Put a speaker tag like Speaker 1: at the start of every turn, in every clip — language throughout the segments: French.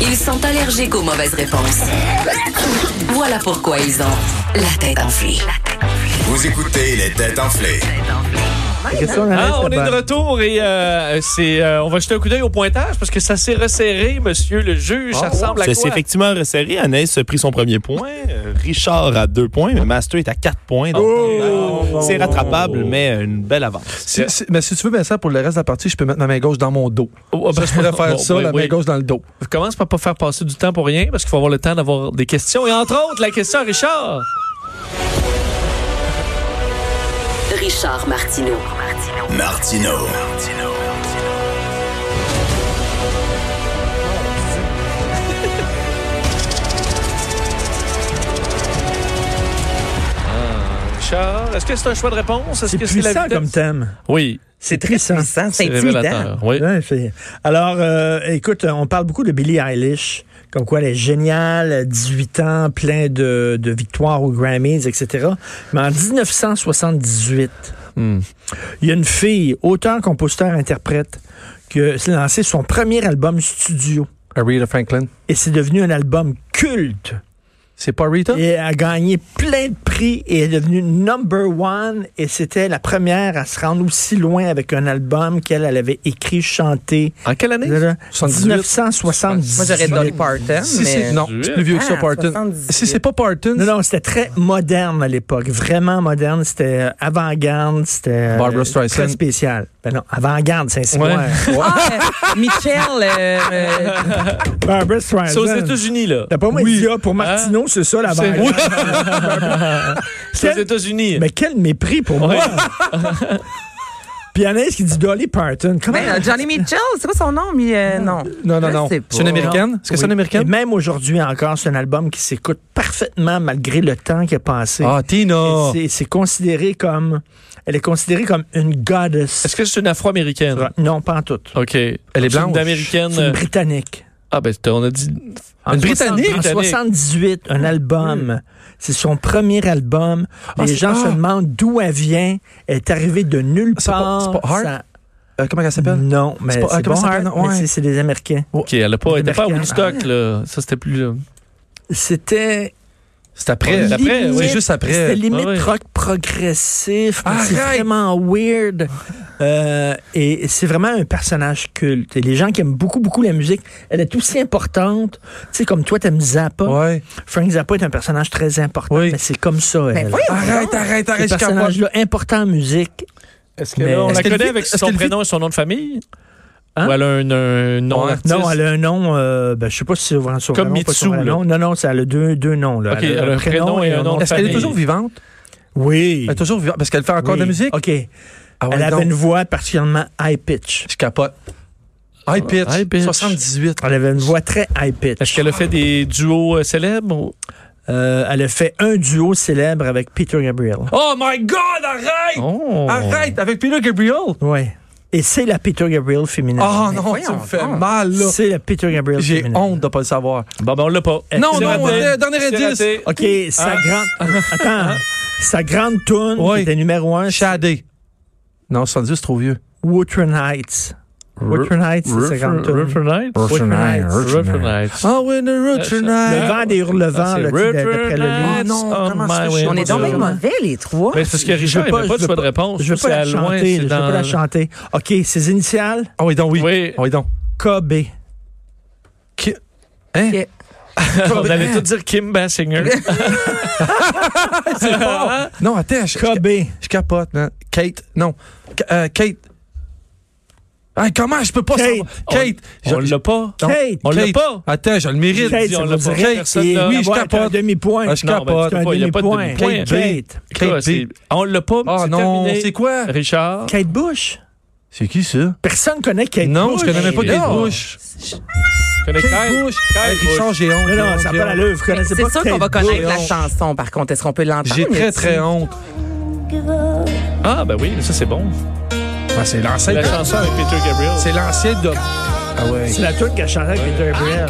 Speaker 1: Ils sont allergiques aux mauvaises réponses. Voilà pourquoi ils ont la tête enflée.
Speaker 2: Vous écoutez les têtes enflées.
Speaker 3: Ah, on est de retour et euh, c'est, euh, on va jeter un coup d'œil au pointage parce que ça s'est resserré, monsieur le juge. ça ressemble à
Speaker 4: Ça
Speaker 3: quoi?
Speaker 4: s'est effectivement resserré. Anaïs a pris son premier point. Euh, Richard à deux points. Mais Master est à quatre points. Donc, euh, c'est rattrapable, mais une belle avance.
Speaker 5: Si, si- mais si tu veux, ça pour le reste de la partie, je peux mettre ma main gauche dans mon dos.
Speaker 3: Oh,
Speaker 5: Ça,
Speaker 3: ben,
Speaker 5: je pourrais faire
Speaker 3: bon,
Speaker 5: ça,
Speaker 3: oui,
Speaker 5: la
Speaker 3: oui.
Speaker 5: main gauche dans le dos.
Speaker 3: Commence par pas faire passer du temps pour rien parce qu'il faut avoir le temps d'avoir des questions. Et entre autres, la question à Richard.
Speaker 1: Richard Martineau.
Speaker 2: Martino.
Speaker 3: Richard, est-ce que c'est un choix de réponse? Est-ce
Speaker 6: C'est
Speaker 3: que c'est la
Speaker 6: puissant
Speaker 3: vitesse?
Speaker 6: comme thème.
Speaker 3: Oui,
Speaker 6: C'est très puissant.
Speaker 3: c'est révélateur. Oui.
Speaker 6: Ouais, c'est- Alors, euh, écoute, on parle beaucoup de Billie Eilish, comme quoi elle est géniale, 18 ans, plein de, de victoires aux Grammys, etc. Mais en 1978,
Speaker 3: Hmm.
Speaker 6: il y a une fille, auteur, compositeur, interprète, qui a lancé son premier album studio.
Speaker 5: Aretha Franklin.
Speaker 6: Et c'est devenu un album culte.
Speaker 5: C'est pas Rita?
Speaker 6: Et elle a gagné plein de prix et est devenue number one. Et c'était la première à se rendre aussi loin avec un album qu'elle elle avait écrit, chanté.
Speaker 3: En quelle année?
Speaker 6: 1978.
Speaker 7: Moi, j'aurais Dolly Parton,
Speaker 5: Si,
Speaker 7: mais...
Speaker 5: c'est- non, c'est plus vieux que ça,
Speaker 7: Ah,
Speaker 5: Parton.
Speaker 7: 78.
Speaker 5: Si c'est pas Parton,
Speaker 6: Non, non, c'était très moderne à l'époque. Vraiment moderne. C'était euh, avant-garde. C'était euh,
Speaker 5: Barbra Streisand.
Speaker 6: très spécial. Ben non, avant-garde, c'est ainsi.
Speaker 3: Ouais.
Speaker 7: Ah, euh, Michel, euh, euh,
Speaker 6: Barbara
Speaker 3: C'est
Speaker 6: Streisand.
Speaker 3: aux États-Unis, là.
Speaker 6: T'as pas moi dit, ah, pour Martineau, c'est ça
Speaker 3: C'est-
Speaker 6: l'avant-garde.
Speaker 3: C'est aux États-Unis.
Speaker 6: Mais quel mépris pour moi. Puis Anaïs qui dit Dolly Parton. Comment
Speaker 7: ben, euh, Johnny Mitchell, c'est quoi son nom? Mais, euh, non.
Speaker 5: non, non,
Speaker 7: Je
Speaker 5: non.
Speaker 7: sais
Speaker 5: C'est une
Speaker 7: pas.
Speaker 5: américaine? Est-ce que c'est
Speaker 6: Oui.
Speaker 5: une
Speaker 6: Et
Speaker 5: américaine?
Speaker 6: même aujourd'hui encore, c'est un album qui s'écoute parfaitement malgré le temps qui a passé.
Speaker 5: Ah, Tina!
Speaker 6: Et c'est- C'est considéré comme. Elle est considérée comme une goddess.
Speaker 3: Est-ce que c'est une afro-américaine?
Speaker 6: Non, pas en tout.
Speaker 3: OK. Elle
Speaker 5: est blanche.
Speaker 6: C'est
Speaker 5: euh,
Speaker 6: une
Speaker 3: américaine. euh,
Speaker 6: britannique.
Speaker 3: Ah, ben, on a dit.
Speaker 6: En
Speaker 3: Une
Speaker 6: 60
Speaker 3: Britannique?
Speaker 6: En 78, un album. C'est son premier album. Les
Speaker 5: c'est-
Speaker 6: gens se
Speaker 5: Hmm. ah.
Speaker 6: demandent d'où elle vient. Elle est arrivée de nulle
Speaker 5: C'est pas-
Speaker 6: part.
Speaker 5: c'est pas Heart?
Speaker 6: Ça-
Speaker 5: Euh, comment elle s'appelle?
Speaker 6: Non, mais
Speaker 5: C'est pas- ah,
Speaker 6: c'est
Speaker 5: comment
Speaker 6: bon,
Speaker 5: ça s'appelle?
Speaker 6: Heart, mais
Speaker 5: Ouais.
Speaker 6: c'est- c'est des Américains.
Speaker 3: OK, elle n'a pas, elle était pas à
Speaker 6: Américaine.
Speaker 3: Woodstock, là. Ça, c'était plus. euh,
Speaker 6: C'était
Speaker 5: C'est après.
Speaker 3: C'est après,
Speaker 6: limite-
Speaker 3: oui.
Speaker 5: C'est juste
Speaker 6: C'était
Speaker 5: après.
Speaker 6: limite
Speaker 3: Ah ouais.
Speaker 6: rock progressif. mais C'est
Speaker 5: Arrête!
Speaker 6: vraiment weird. Euh, et c'est vraiment un personnage culte. Et les gens qui aiment beaucoup, beaucoup la musique, elle est aussi importante. Tu sais, comme toi, t'aimes Zappa.
Speaker 5: Ouais.
Speaker 6: Frank Zappa est un personnage très important,
Speaker 5: Oui.
Speaker 6: mais c'est comme ça,
Speaker 7: Ben,
Speaker 6: elle.
Speaker 7: voyons
Speaker 5: Arrête, arrête,
Speaker 6: Ce
Speaker 5: arrête, je capote.
Speaker 6: personnage-là, important en musique.
Speaker 3: Euh, Est-ce que
Speaker 6: Mais-
Speaker 3: là, on
Speaker 6: Est-ce
Speaker 3: la
Speaker 5: qu'elle
Speaker 3: connaît
Speaker 5: vit-
Speaker 3: avec
Speaker 5: est-ce
Speaker 3: son
Speaker 5: qu'elle vit-
Speaker 3: prénom et son nom de famille?
Speaker 6: Hein?
Speaker 3: Ou elle a un, un nom
Speaker 5: Ouais.
Speaker 3: d'artiste?
Speaker 6: Non, elle a un nom, euh, ben, je sais pas si c'est vraiment son
Speaker 3: Comme
Speaker 6: vrai nom, pas son
Speaker 3: Mitsu,
Speaker 6: vrai
Speaker 3: là.
Speaker 6: nom. Non, non, ça, elle a deux, deux noms. Là.
Speaker 3: Ok, elle a un prénom et un nom de
Speaker 5: Est-ce qu'elle est toujours
Speaker 3: famille.
Speaker 5: vivante?
Speaker 6: Oui.
Speaker 5: Elle est toujours vivante parce qu'elle fait encore de la
Speaker 6: Oui.
Speaker 5: musique?
Speaker 6: OK.
Speaker 5: Ah ouais,
Speaker 6: Elle
Speaker 5: donc,
Speaker 6: avait une voix particulièrement high-pitch.
Speaker 5: Je capote. High pitch.
Speaker 3: Ah, High pitch.
Speaker 5: 78.
Speaker 6: Elle avait une voix très high-pitch.
Speaker 3: Est-ce qu'elle a fait des duos euh, célèbres? ou-
Speaker 6: Euh, elle a fait un duo célèbre avec Peter Gabriel.
Speaker 5: Oh my God, arrête!
Speaker 3: Oh!
Speaker 5: Arrête avec Peter Gabriel.
Speaker 6: Ouais. Et c'est la Peter Gabriel féminine.
Speaker 3: Ah,
Speaker 5: Oh non, ça
Speaker 7: voyons
Speaker 5: me fait
Speaker 7: donc.
Speaker 5: mal, là.
Speaker 6: c'est la Peter Gabriel
Speaker 5: J'ai
Speaker 6: féminine.
Speaker 5: honte de pas le savoir.
Speaker 3: Bon, ben, on l'a pas.
Speaker 5: Non,
Speaker 3: C'est
Speaker 5: non,
Speaker 3: raté.
Speaker 5: euh, dernier
Speaker 3: C'est
Speaker 5: indice.
Speaker 3: raté. Ah.
Speaker 6: OK, sa grande... Attends. Sa grande tune,
Speaker 5: Ouais.
Speaker 6: qui était numéro un,
Speaker 5: Shadé. Non, 70, c'est trop vieux.
Speaker 6: Wootron Heights. Wootron Heights, c'est sa grande tune.
Speaker 3: Rutherford Knight?
Speaker 6: Wootron
Speaker 3: Ah,
Speaker 6: Heights. Euh,
Speaker 3: Rutherford Knight.
Speaker 5: Oh, when the road
Speaker 6: Le
Speaker 5: tonight.
Speaker 6: vent des hurlevents,
Speaker 3: Ah, C'est Ah,
Speaker 6: là, tu sais, d'après
Speaker 3: Rutherford
Speaker 6: le livre.
Speaker 3: Knights
Speaker 5: non, comment
Speaker 3: on Oh my
Speaker 5: ça, je
Speaker 3: way
Speaker 5: suis-
Speaker 7: On est donc
Speaker 3: to-
Speaker 7: bien mauvais, les trois.
Speaker 3: Mais c'est parce que Richard, il
Speaker 6: veux pas-
Speaker 3: n'avait pas
Speaker 6: je
Speaker 3: de choix
Speaker 6: veux
Speaker 3: de réponse.
Speaker 6: Je veux pas
Speaker 3: C'est
Speaker 6: la
Speaker 3: à loin,
Speaker 6: chanter,
Speaker 3: c'est
Speaker 6: je veux
Speaker 3: dans-
Speaker 6: pas la chanter. OK, ses initiales,
Speaker 5: Oh, oui, donc, oui.
Speaker 3: Oui.
Speaker 5: Oh, oui, donc.
Speaker 6: KB.
Speaker 5: Qui- Hein?
Speaker 7: Qui-
Speaker 3: On allait tout dire Kim Basinger.
Speaker 5: Non, attends, je, je-
Speaker 6: KB.
Speaker 5: je capote, man. Kate, non. K- euh, Kate. Hey, comment je peux pas
Speaker 6: Kate.
Speaker 5: savoir? Kate. Je-
Speaker 3: On l'a pas.
Speaker 5: Non.
Speaker 6: Kate.
Speaker 3: On l'a
Speaker 5: Kate.
Speaker 3: pas.
Speaker 5: Attends, je le mérite.
Speaker 6: Kate,
Speaker 3: dit, on
Speaker 6: ça
Speaker 3: l'a
Speaker 6: veut
Speaker 3: pas.
Speaker 6: dire-
Speaker 3: Personne
Speaker 6: Et
Speaker 3: l'a-
Speaker 6: oui,
Speaker 3: la
Speaker 6: je
Speaker 3: boîte
Speaker 6: capote. un demi-point.
Speaker 5: Ah, je
Speaker 3: Non, ben,
Speaker 5: capote.
Speaker 3: tu vois, il y a pas de
Speaker 6: Kate
Speaker 3: demi-point.
Speaker 6: Kate.
Speaker 5: Kate
Speaker 3: Là, c'est-
Speaker 5: B.
Speaker 3: On l'a pas.
Speaker 5: Ah
Speaker 3: c'est
Speaker 5: non,
Speaker 3: terminé.
Speaker 5: c'est quoi?
Speaker 3: Richard.
Speaker 6: Kate Bush.
Speaker 5: C'est qui ça?
Speaker 6: Personne connaît Kate
Speaker 5: non,
Speaker 6: Bush.
Speaker 5: je connais même pas
Speaker 3: Mais
Speaker 5: Kate
Speaker 3: non.
Speaker 5: Bush.
Speaker 3: Connais
Speaker 5: Kate
Speaker 3: Kyle?
Speaker 5: Bush.
Speaker 3: Kyle
Speaker 5: Hey,
Speaker 3: Bush.
Speaker 5: Richard, j'ai honte.
Speaker 6: Non, non, ça n'a
Speaker 5: j'ai
Speaker 6: pas
Speaker 5: honte.
Speaker 6: l'allure. Vous connaissez
Speaker 7: C'est
Speaker 6: pas
Speaker 7: sûr
Speaker 6: Kate
Speaker 7: qu'on va
Speaker 6: Bush.
Speaker 7: connaître
Speaker 5: Bush.
Speaker 7: la chanson, par contre. Est-ce qu'on peut l'entendre?
Speaker 5: J'ai très, très
Speaker 7: Est-ce
Speaker 5: honte.
Speaker 3: Ah, ben oui, ça c'est bon.
Speaker 5: Ah, c'est l'ancien.
Speaker 3: La chanson avec Peter Gabriel.
Speaker 5: C'est l'ancien de. Ah ouais.
Speaker 7: Ah,
Speaker 6: C'est la toute qu'elle chantait avec Peter Gabriel.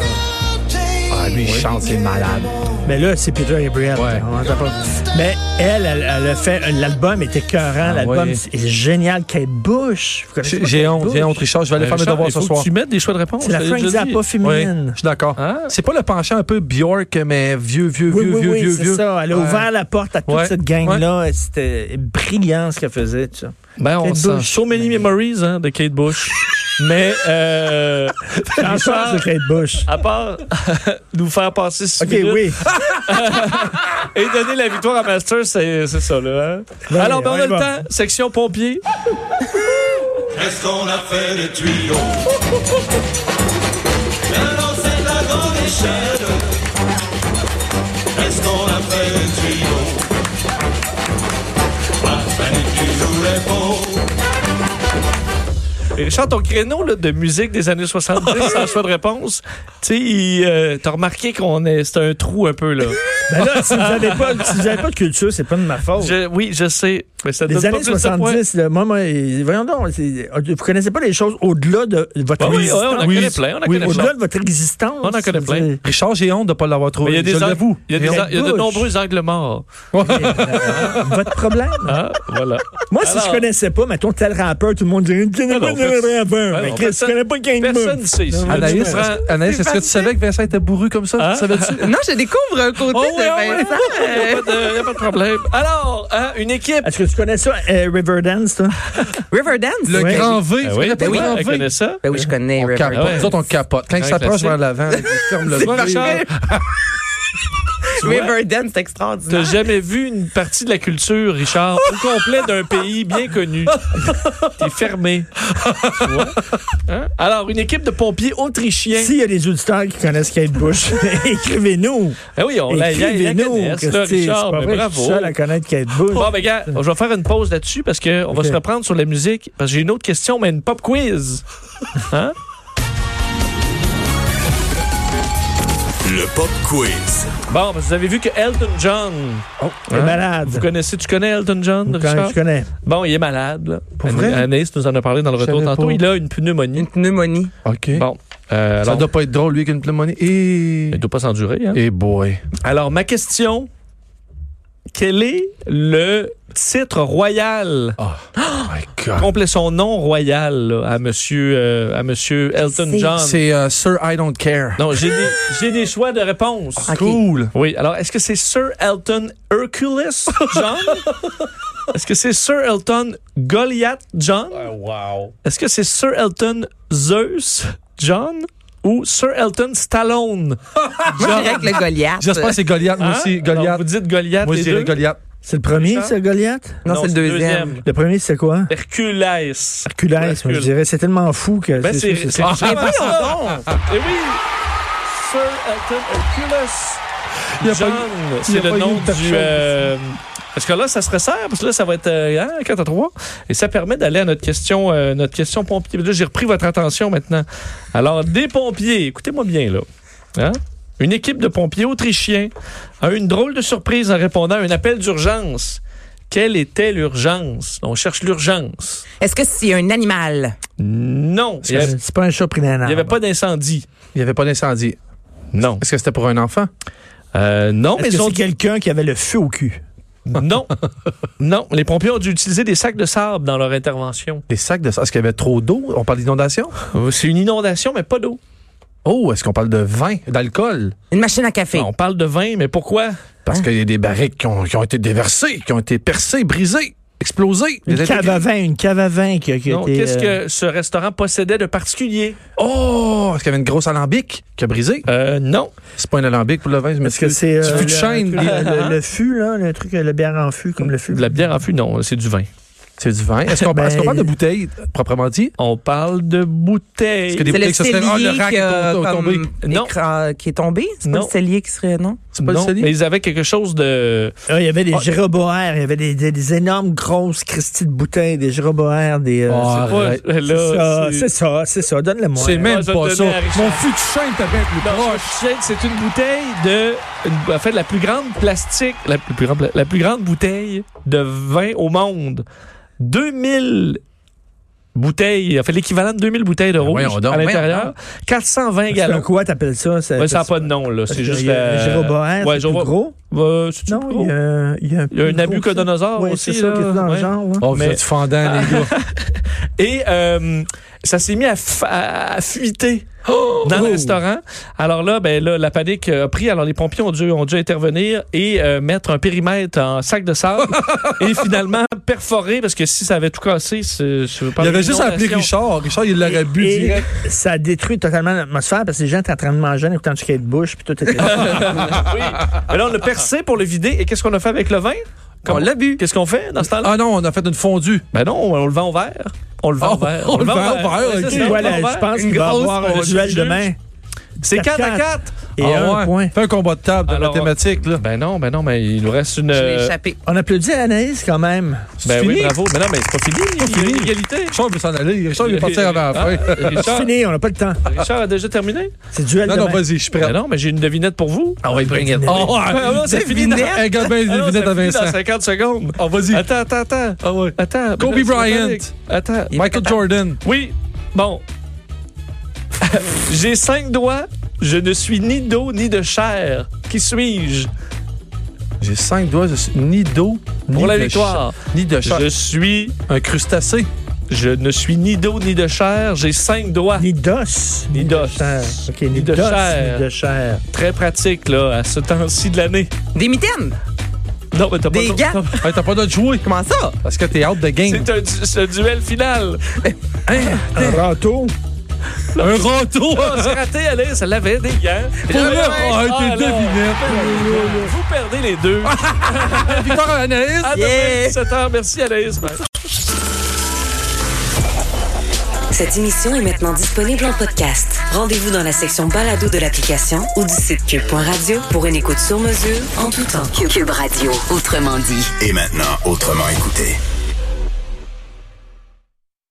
Speaker 5: Ah, Ah, lui, il chante, c'est malade.
Speaker 6: Mais là, c'est Peter Gabriel.
Speaker 5: Ouais.
Speaker 6: On entend pas. Mais elle, elle, elle a fait. L'album était écœurant. L'album
Speaker 5: Ah, ouais.
Speaker 6: est génial. Kate Bush. Vous connaissez
Speaker 5: J'ai
Speaker 6: pas
Speaker 5: j'ai
Speaker 6: Kate
Speaker 5: honte,
Speaker 6: Bush?
Speaker 5: j'ai honte, Richard. Je vais aller faire mes
Speaker 3: Ben, Richard,
Speaker 5: devoirs
Speaker 3: il
Speaker 5: ce
Speaker 3: faut que
Speaker 5: soir.
Speaker 3: Tu mettes des choix de réponse.
Speaker 6: C'est la
Speaker 3: je l'ai
Speaker 6: Frank
Speaker 3: déjà dit.
Speaker 6: Zappa
Speaker 5: Oui,
Speaker 6: féminine.
Speaker 5: je suis d'accord.
Speaker 3: Hein?
Speaker 5: C'est pas le penchant un peu Bjork, mais vieux, vieux,
Speaker 6: Oui,
Speaker 5: vieux,
Speaker 6: oui,
Speaker 5: vieux,
Speaker 6: oui,
Speaker 5: vieux,
Speaker 6: c'est
Speaker 5: vieux.
Speaker 6: ça. Elle a
Speaker 5: Ouais.
Speaker 6: ouvert la porte à toute
Speaker 5: Ouais.
Speaker 6: cette gang-là. Et C'était brillant ce qu'elle faisait. tu sais.
Speaker 5: Ben, on
Speaker 6: Kate
Speaker 5: sent.
Speaker 3: So many memories hein, de Kate Bush. Mais euh, à,
Speaker 6: Richard,
Speaker 3: part,
Speaker 6: c'est Kate Bush.
Speaker 3: à part nous faire passer six
Speaker 6: OK,
Speaker 3: minutes
Speaker 6: oui.
Speaker 3: et donner la victoire à Masters, c'est c'est ça. Là, hein?
Speaker 6: Ben,
Speaker 3: Alors, ben, on
Speaker 6: on
Speaker 3: a
Speaker 6: y
Speaker 3: le
Speaker 6: va.
Speaker 3: temps. Section pompier.
Speaker 2: Qu'est-ce qu'on a fait de tuyaux? Maintenant, c'est la grande échelle. Qu'est-ce qu'on a fait de tuyaux? Ma famille qui joue les beaux.
Speaker 3: Et Richard, ton créneau là, de musique des années 70, sans choix de réponse, tu sais, il, euh, t'as remarqué qu'on est, c'est un trou un peu là.
Speaker 6: Ben là, si vous n'avez pas, si vous avez pas de culture, c'est pas de ma faute.
Speaker 3: Je- oui, je sais. Mais ça donne
Speaker 6: les
Speaker 3: pas
Speaker 6: années
Speaker 3: plus de points.
Speaker 6: 70, là, moi, moi, euh, voyons donc, c'est- vous connaissez pas les choses au-delà de votre
Speaker 3: Ben oui, ouais,
Speaker 6: existence.
Speaker 3: on en connaît plein, on en connaît
Speaker 6: au-delà
Speaker 3: plein.
Speaker 6: de votre euh, existence.
Speaker 3: On en connaît plein.
Speaker 6: C'est-
Speaker 5: Richard, j'ai honte de ne pas l'avoir
Speaker 3: Mais
Speaker 5: trouvé.
Speaker 3: Il y a des
Speaker 5: Je
Speaker 3: ang-
Speaker 5: l'avoue.
Speaker 3: il y a des
Speaker 6: Kate
Speaker 3: ang- il y a de
Speaker 6: Bush.
Speaker 3: nombreux angles morts.
Speaker 6: Votre problème.
Speaker 3: Hein? Voilà.
Speaker 6: Moi, si je
Speaker 3: Alors-
Speaker 6: connaissais pas, mettons, tel rappeur, tout le monde dirait, tu connais
Speaker 3: Ah
Speaker 6: pas
Speaker 3: non,
Speaker 6: tel
Speaker 3: Ah
Speaker 6: rappeur.
Speaker 3: non,
Speaker 6: Mais Chris, tu
Speaker 3: personne-
Speaker 6: connais pas Ah, Game
Speaker 3: Personne ne sait ici.
Speaker 5: Anaïs,
Speaker 3: Tu
Speaker 6: hein?
Speaker 3: prends-
Speaker 5: est-ce- Anaïs, est-ce que tu savais que Vincent était bourru comme ça?
Speaker 3: Hein?
Speaker 5: Tu savais-tu?
Speaker 7: Non, je découvre un côté
Speaker 3: Oh,
Speaker 7: de
Speaker 3: ouais, ouais,
Speaker 7: Vincent.
Speaker 6: Eh.
Speaker 7: euh,
Speaker 3: Il n'y a, pas de- y a pas de problème. Alors, hein, une équipe.
Speaker 6: Est-ce que tu connais ça, euh, Riverdance, toi?
Speaker 7: Riverdance.
Speaker 5: Le
Speaker 6: Oui.
Speaker 3: Ah
Speaker 5: grand V. tu connais pas le grand
Speaker 3: elle
Speaker 5: V?
Speaker 3: connaît ça.
Speaker 7: Ben oui, je connais
Speaker 5: On
Speaker 7: Riverdance.
Speaker 5: capote.
Speaker 3: Ah ouais. Ah
Speaker 5: Nous autres, on capote. Quand il
Speaker 3: Ouais,
Speaker 5: s'approche
Speaker 3: classique.
Speaker 5: vers l'avant, il ferme le
Speaker 7: C'est
Speaker 5: doigt.
Speaker 7: parfait.
Speaker 3: vois?
Speaker 7: Riverdance, c'est
Speaker 3: T'as
Speaker 7: extraordinaire.
Speaker 3: jamais vu une partie de la culture, Richard, au complet d'un pays bien connu. T'es fermé. Tu vois? Hein? Alors, une équipe de pompiers autrichiens.
Speaker 6: S'il y a des auditeurs qui connaissent Kate Bush, écrivez-nous.
Speaker 3: Ah oui, on l'a il y a- il y a
Speaker 6: Écrivez-nous.
Speaker 3: connaissent, là,
Speaker 6: Christy, C'est
Speaker 3: Richard,
Speaker 6: pas
Speaker 3: mais
Speaker 6: vrai que je suis
Speaker 3: bravo.
Speaker 6: seul à connaître Kate Bush.
Speaker 3: Bon, ben, gars, je vais faire une pause là-dessus parce qu'on va
Speaker 6: Ok.
Speaker 3: se reprendre sur la musique. Parce que j'ai une autre question, mais une pop quiz. Hein?
Speaker 2: Le pop quiz.
Speaker 3: Bon, parce que vous avez vu que Elton John.
Speaker 6: Elle est
Speaker 3: Hein?
Speaker 6: malade.
Speaker 3: Vous connaissez, tu connais Elton John,
Speaker 6: Quand
Speaker 3: Richard?
Speaker 6: je connais.
Speaker 3: Bon, il est malade. Là.
Speaker 5: Pour
Speaker 3: An-
Speaker 5: vrai?
Speaker 3: Anaïs nous en a parlé dans le
Speaker 5: Je
Speaker 3: retour
Speaker 5: savais
Speaker 3: tantôt.
Speaker 5: pas.
Speaker 3: Il a une pneumonie.
Speaker 7: Une pneumonie.
Speaker 5: OK.
Speaker 3: Bon. euh,
Speaker 5: Ça
Speaker 3: alors,
Speaker 5: doit pas être drôle, lui, avec une pneumonie. Et...
Speaker 3: il ne doit pas s'endurer. Hein?
Speaker 5: Et Eh, boy.
Speaker 3: Alors, ma question. Quel est le titre royal?
Speaker 5: Oh my God.
Speaker 3: Complet son nom royal là, à monsieur, euh, à monsieur Elton
Speaker 7: C'est-
Speaker 3: John.
Speaker 5: C'est euh, Sir I Don't Care.
Speaker 3: Non, j'ai des, j'ai des choix de réponse.
Speaker 7: Ok.
Speaker 5: Cool.
Speaker 3: Oui, alors est-ce que c'est Sir Elton Hercules John? est-ce que c'est Sir Elton Goliath John?
Speaker 4: Wow.
Speaker 3: Est-ce que c'est Sir Elton Zeus John ou Sir Elton Stallone?
Speaker 7: Moi, je dirais que le Goliath.
Speaker 5: J'espère que c'est Goliath, moi
Speaker 3: Hein?
Speaker 5: aussi.
Speaker 3: Alors,
Speaker 5: Goliath.
Speaker 3: vous dites Goliath
Speaker 5: Moi,
Speaker 3: les
Speaker 5: je dirais
Speaker 3: deux?
Speaker 5: Goliath.
Speaker 6: C'est le premier,
Speaker 3: Richard?
Speaker 6: ce Goliath?
Speaker 7: Non, c'est le
Speaker 3: c'est
Speaker 7: deuxième.
Speaker 6: Le premier, c'est quoi?
Speaker 3: Hercules.
Speaker 6: Hercules, moi, je dirais. C'est tellement fou que
Speaker 3: Ben, c'est
Speaker 6: sûr que
Speaker 3: c'est
Speaker 5: Ah,
Speaker 3: Richard.
Speaker 7: voyons
Speaker 3: Et oui! Sir Elton Hercules
Speaker 5: Il y a pas
Speaker 3: John,
Speaker 5: il y
Speaker 3: c'est
Speaker 5: a pas
Speaker 3: le
Speaker 5: eu
Speaker 3: nom
Speaker 5: de personne.
Speaker 3: du... euh, parce que là, ça se resserre, parce que là, ça va être euh, hein, 4 à 3. Et ça permet d'aller à notre question, euh, notre question pompier. Là, j'ai repris votre attention maintenant. Alors, des pompiers, écoutez-moi bien, là. Hein? Une équipe de pompiers autrichiens a eu une drôle de surprise en répondant à un appel d'urgence. Quelle était l'urgence? On cherche l'urgence.
Speaker 7: euh, Est-ce que c'est un animal?
Speaker 3: Non, il n'y avait,
Speaker 6: c'est- C'est pas un chat pris d'un arbre.
Speaker 3: il y avait pas d'incendie.
Speaker 5: Il n'y avait pas d'incendie.
Speaker 3: Non.
Speaker 5: Est-ce que c'était pour un enfant?
Speaker 3: Euh, non, mais
Speaker 6: Est-ce
Speaker 3: ils
Speaker 6: que
Speaker 3: ont
Speaker 6: c'est quelqu'un qui avait le feu au cul?
Speaker 3: Non. non. Les pompiers ont dû utiliser des sacs de sable dans leur intervention.
Speaker 5: Des sacs de ça. Est-ce qu'il y avait trop d'eau? On parle d'inondation?
Speaker 3: Euh, C'est une inondation, mais pas d'eau.
Speaker 5: Oh, est-ce qu'on parle de vin, d'alcool?
Speaker 7: Une machine à café?
Speaker 3: On parle de vin, mais pourquoi?
Speaker 6: Hein?
Speaker 5: Parce qu'il y a des barriques qui ont, qui ont été déversées, qui ont été percées, brisées, explosées.
Speaker 6: Une
Speaker 5: Des
Speaker 6: cave à vin, une cave à vin qui a, qui a
Speaker 3: Non,
Speaker 6: été,
Speaker 3: qu'est-ce
Speaker 6: euh,
Speaker 3: que ce restaurant possédait de particulier?
Speaker 5: Oh! Est-ce qu'il y avait une grosse alambic qui a brisé?
Speaker 3: Euh, non.
Speaker 5: C'est pas une alambic pour le vin, je
Speaker 6: Est-ce que
Speaker 5: m'excuse.
Speaker 6: c'est
Speaker 5: Du
Speaker 6: euh,
Speaker 5: fût
Speaker 6: le,
Speaker 5: de chêne. des-
Speaker 6: le, le fût, là, le truc, euh, le bière en fût, comme le fût?
Speaker 3: De la bière en fût, non, c'est du vin.
Speaker 5: C'est du vin. Est-ce qu'on
Speaker 6: Ben,
Speaker 5: est-ce qu'on parle de bouteilles, proprement dit?
Speaker 3: On parle de bouteilles.
Speaker 5: Est-ce que des
Speaker 7: C'est
Speaker 5: bouteilles
Speaker 7: le
Speaker 5: qui se seraient... Ah, le
Speaker 7: cellier
Speaker 5: rack
Speaker 7: qui a
Speaker 5: est tom-
Speaker 7: comme
Speaker 5: tombé.
Speaker 3: Non.
Speaker 7: écra- qui est tombé? C'est pas
Speaker 3: Non.
Speaker 7: le cellier qui serait, non?
Speaker 5: C'est pas
Speaker 3: Non,
Speaker 5: le cellier?
Speaker 3: mais ils avaient quelque chose de...
Speaker 6: Ah, il y avait des gyroboaires, il y avait des, des- des énormes grosses Christie de bouteilles, des gyroboaires, des.
Speaker 3: Oh,
Speaker 6: euh,
Speaker 5: Ah,
Speaker 3: C'est pas-
Speaker 5: arrête.
Speaker 3: là,
Speaker 6: c'est ça, c'est ça, c'est ça, donne-le-moi.
Speaker 5: C'est même
Speaker 3: Ouais, Ah, je
Speaker 5: pas
Speaker 3: le
Speaker 5: ça.
Speaker 3: donnais à Richard.
Speaker 5: Mon fût de chêne t'as bien plus
Speaker 3: Non,
Speaker 5: proche.
Speaker 3: je sais que c'est une bouteille de... une- en fait, la plus grande plastique... La plus, grande pla- la plus grande bouteille de vin au monde. 2000 bouteilles, en fait l'équivalent de 2000 bouteilles de
Speaker 5: Ben
Speaker 3: rouge
Speaker 5: voyons donc,
Speaker 3: à
Speaker 5: voyons
Speaker 3: l'intérieur, 420
Speaker 6: Alors
Speaker 3: gallons.
Speaker 6: quoi t'appelles ça?
Speaker 3: Ouais, ça n'a pas de nom, là. C'est juste. la-
Speaker 6: Jéroboam,
Speaker 3: Ouais,
Speaker 6: c'est
Speaker 3: Jéroboam-
Speaker 6: plus gros?
Speaker 3: Euh, c'est-tu
Speaker 6: Non,
Speaker 3: plus gros?
Speaker 6: il y a- il y a un...
Speaker 3: Il y a un Nabucodonosor
Speaker 6: Oui,
Speaker 3: aussi.
Speaker 6: c'est ça
Speaker 3: là.
Speaker 6: qui est dans le
Speaker 3: Ouais.
Speaker 6: genre. ouais.
Speaker 5: Oh, vous
Speaker 3: Mais-
Speaker 5: êtes fendants, les gars.
Speaker 3: Et euh, ça s'est mis à, f- à- à fuiter
Speaker 5: Oh!
Speaker 3: dans le restaurant. Alors là, ben là, la panique a pris. Alors les pompiers ont dû, ont dû intervenir et euh, mettre un périmètre en sac de sable et finalement perforer parce que si ça avait tout cassé, c'est- je veux pas
Speaker 5: Il
Speaker 3: parler
Speaker 5: avait juste appelé
Speaker 3: d'inondation.
Speaker 5: Richard. Richard, il l'aurait
Speaker 3: Oh,
Speaker 5: bu
Speaker 6: Et
Speaker 5: direct.
Speaker 6: ça détruit totalement l'atmosphère parce que les gens étaient en train de manger en écoutant du skate bush puis tout était.
Speaker 3: Oui. Mais là, on l'a percé pour le vider. Et qu'est-ce qu'on a fait avec le vin?
Speaker 5: On l'a
Speaker 3: bu. Qu'est-ce qu'on fait dans ce temps-là?
Speaker 5: Ah non, on a fait une fondue.
Speaker 3: Ben non, on le vend au verre. On le vend
Speaker 5: Oh,
Speaker 3: au verre.
Speaker 5: on le
Speaker 3: au
Speaker 5: vend au verre,
Speaker 3: Ouais,
Speaker 5: ok.
Speaker 3: c'est ça, on le
Speaker 6: Voilà,
Speaker 3: vend au
Speaker 6: je pense
Speaker 3: verre.
Speaker 6: qu'il va y avoir un duel demain.
Speaker 3: C'est 4 à
Speaker 6: 4.
Speaker 3: 4.
Speaker 6: Et
Speaker 5: Ah
Speaker 6: un
Speaker 5: ouais.
Speaker 6: point.
Speaker 5: Fais un combat de table de
Speaker 3: Alors,
Speaker 5: mathématiques, là.
Speaker 3: Ben non, ben non, mais il nous reste une.
Speaker 7: Je l'ai
Speaker 3: euh,
Speaker 7: échappé.
Speaker 6: On applaudit à Anaïs quand même.
Speaker 3: Ben
Speaker 5: C'est
Speaker 3: oui,
Speaker 5: fini?
Speaker 3: bravo. Mais non, mais c'est pas fini. Il y a une égalité.
Speaker 5: Richard veut s'en aller. Richard, il est parti avant la fin.
Speaker 3: Ah,
Speaker 6: C'est
Speaker 3: Richard,
Speaker 6: fini, on n'a pas le temps.
Speaker 3: Richard a déjà terminé?
Speaker 6: C'est duel
Speaker 5: Non,
Speaker 6: demain.
Speaker 5: non, vas-y, je suis prêt. Ah,
Speaker 3: Ben non, mais j'ai une devinette pour vous.
Speaker 5: On va y bring it.
Speaker 3: Oh, ouais, là, c'est fini dans-
Speaker 5: Hey, Regarde bien les
Speaker 3: Ah non,
Speaker 5: vignettes
Speaker 3: ça
Speaker 5: à
Speaker 3: finit dans
Speaker 5: Vincent.
Speaker 3: 50 secondes.
Speaker 5: Oh, vas-y.
Speaker 3: Attends, attends, attends.
Speaker 5: Ah ouais.
Speaker 3: Attends.
Speaker 5: Kobe
Speaker 3: mais là, c'est
Speaker 5: Bryant.
Speaker 3: correct. Attends.
Speaker 5: Michael Jordan.
Speaker 3: Oui. Bon. j'ai cinq doigts. Je ne suis ni d'eau ni de chair. Qui suis-je
Speaker 5: J'ai cinq doigts, je suis ni d'eau,
Speaker 3: pour
Speaker 5: ni
Speaker 3: la
Speaker 5: de
Speaker 3: victoire?
Speaker 5: cha- Ni de chair.
Speaker 3: Je suis.
Speaker 5: Un crustacé.
Speaker 3: Je ne suis ni d'eau ni de chair. J'ai cinq doigts.
Speaker 6: Ni d'os.
Speaker 3: Ni
Speaker 6: de
Speaker 3: d'os.
Speaker 6: chair. OK, ni,
Speaker 3: Ni de
Speaker 6: d'os,
Speaker 3: chair.
Speaker 6: ni de chair.
Speaker 3: Très pratique, là, à ce temps-ci de l'année.
Speaker 7: Des mitaines.
Speaker 3: Non, mais t'as pas
Speaker 7: Des
Speaker 3: le-
Speaker 7: gants.
Speaker 5: Hey, T'as pas d'autre jouer. Comment ça? Parce que t'es out de game.
Speaker 3: C'est un, du- c'est un duel final.
Speaker 6: Un râteau.
Speaker 5: Un râteau.
Speaker 3: Oh, c'est raté, Alice. Elle avait des gants.
Speaker 5: Pour vrai? Ah,
Speaker 3: Ah,
Speaker 5: t'es
Speaker 3: là. Vous perdez les deux.
Speaker 5: Victoire à Anaïs.
Speaker 3: À demain,
Speaker 7: Yeah.
Speaker 3: 17h. Merci, Alice. Bye.
Speaker 1: Cette émission est maintenant disponible en podcast. Rendez-vous dans la section balado de l'application ou du site cube.radio pour une écoute sur mesure en tout temps. Cube Radio, autrement dit.
Speaker 2: Et maintenant, autrement écouté.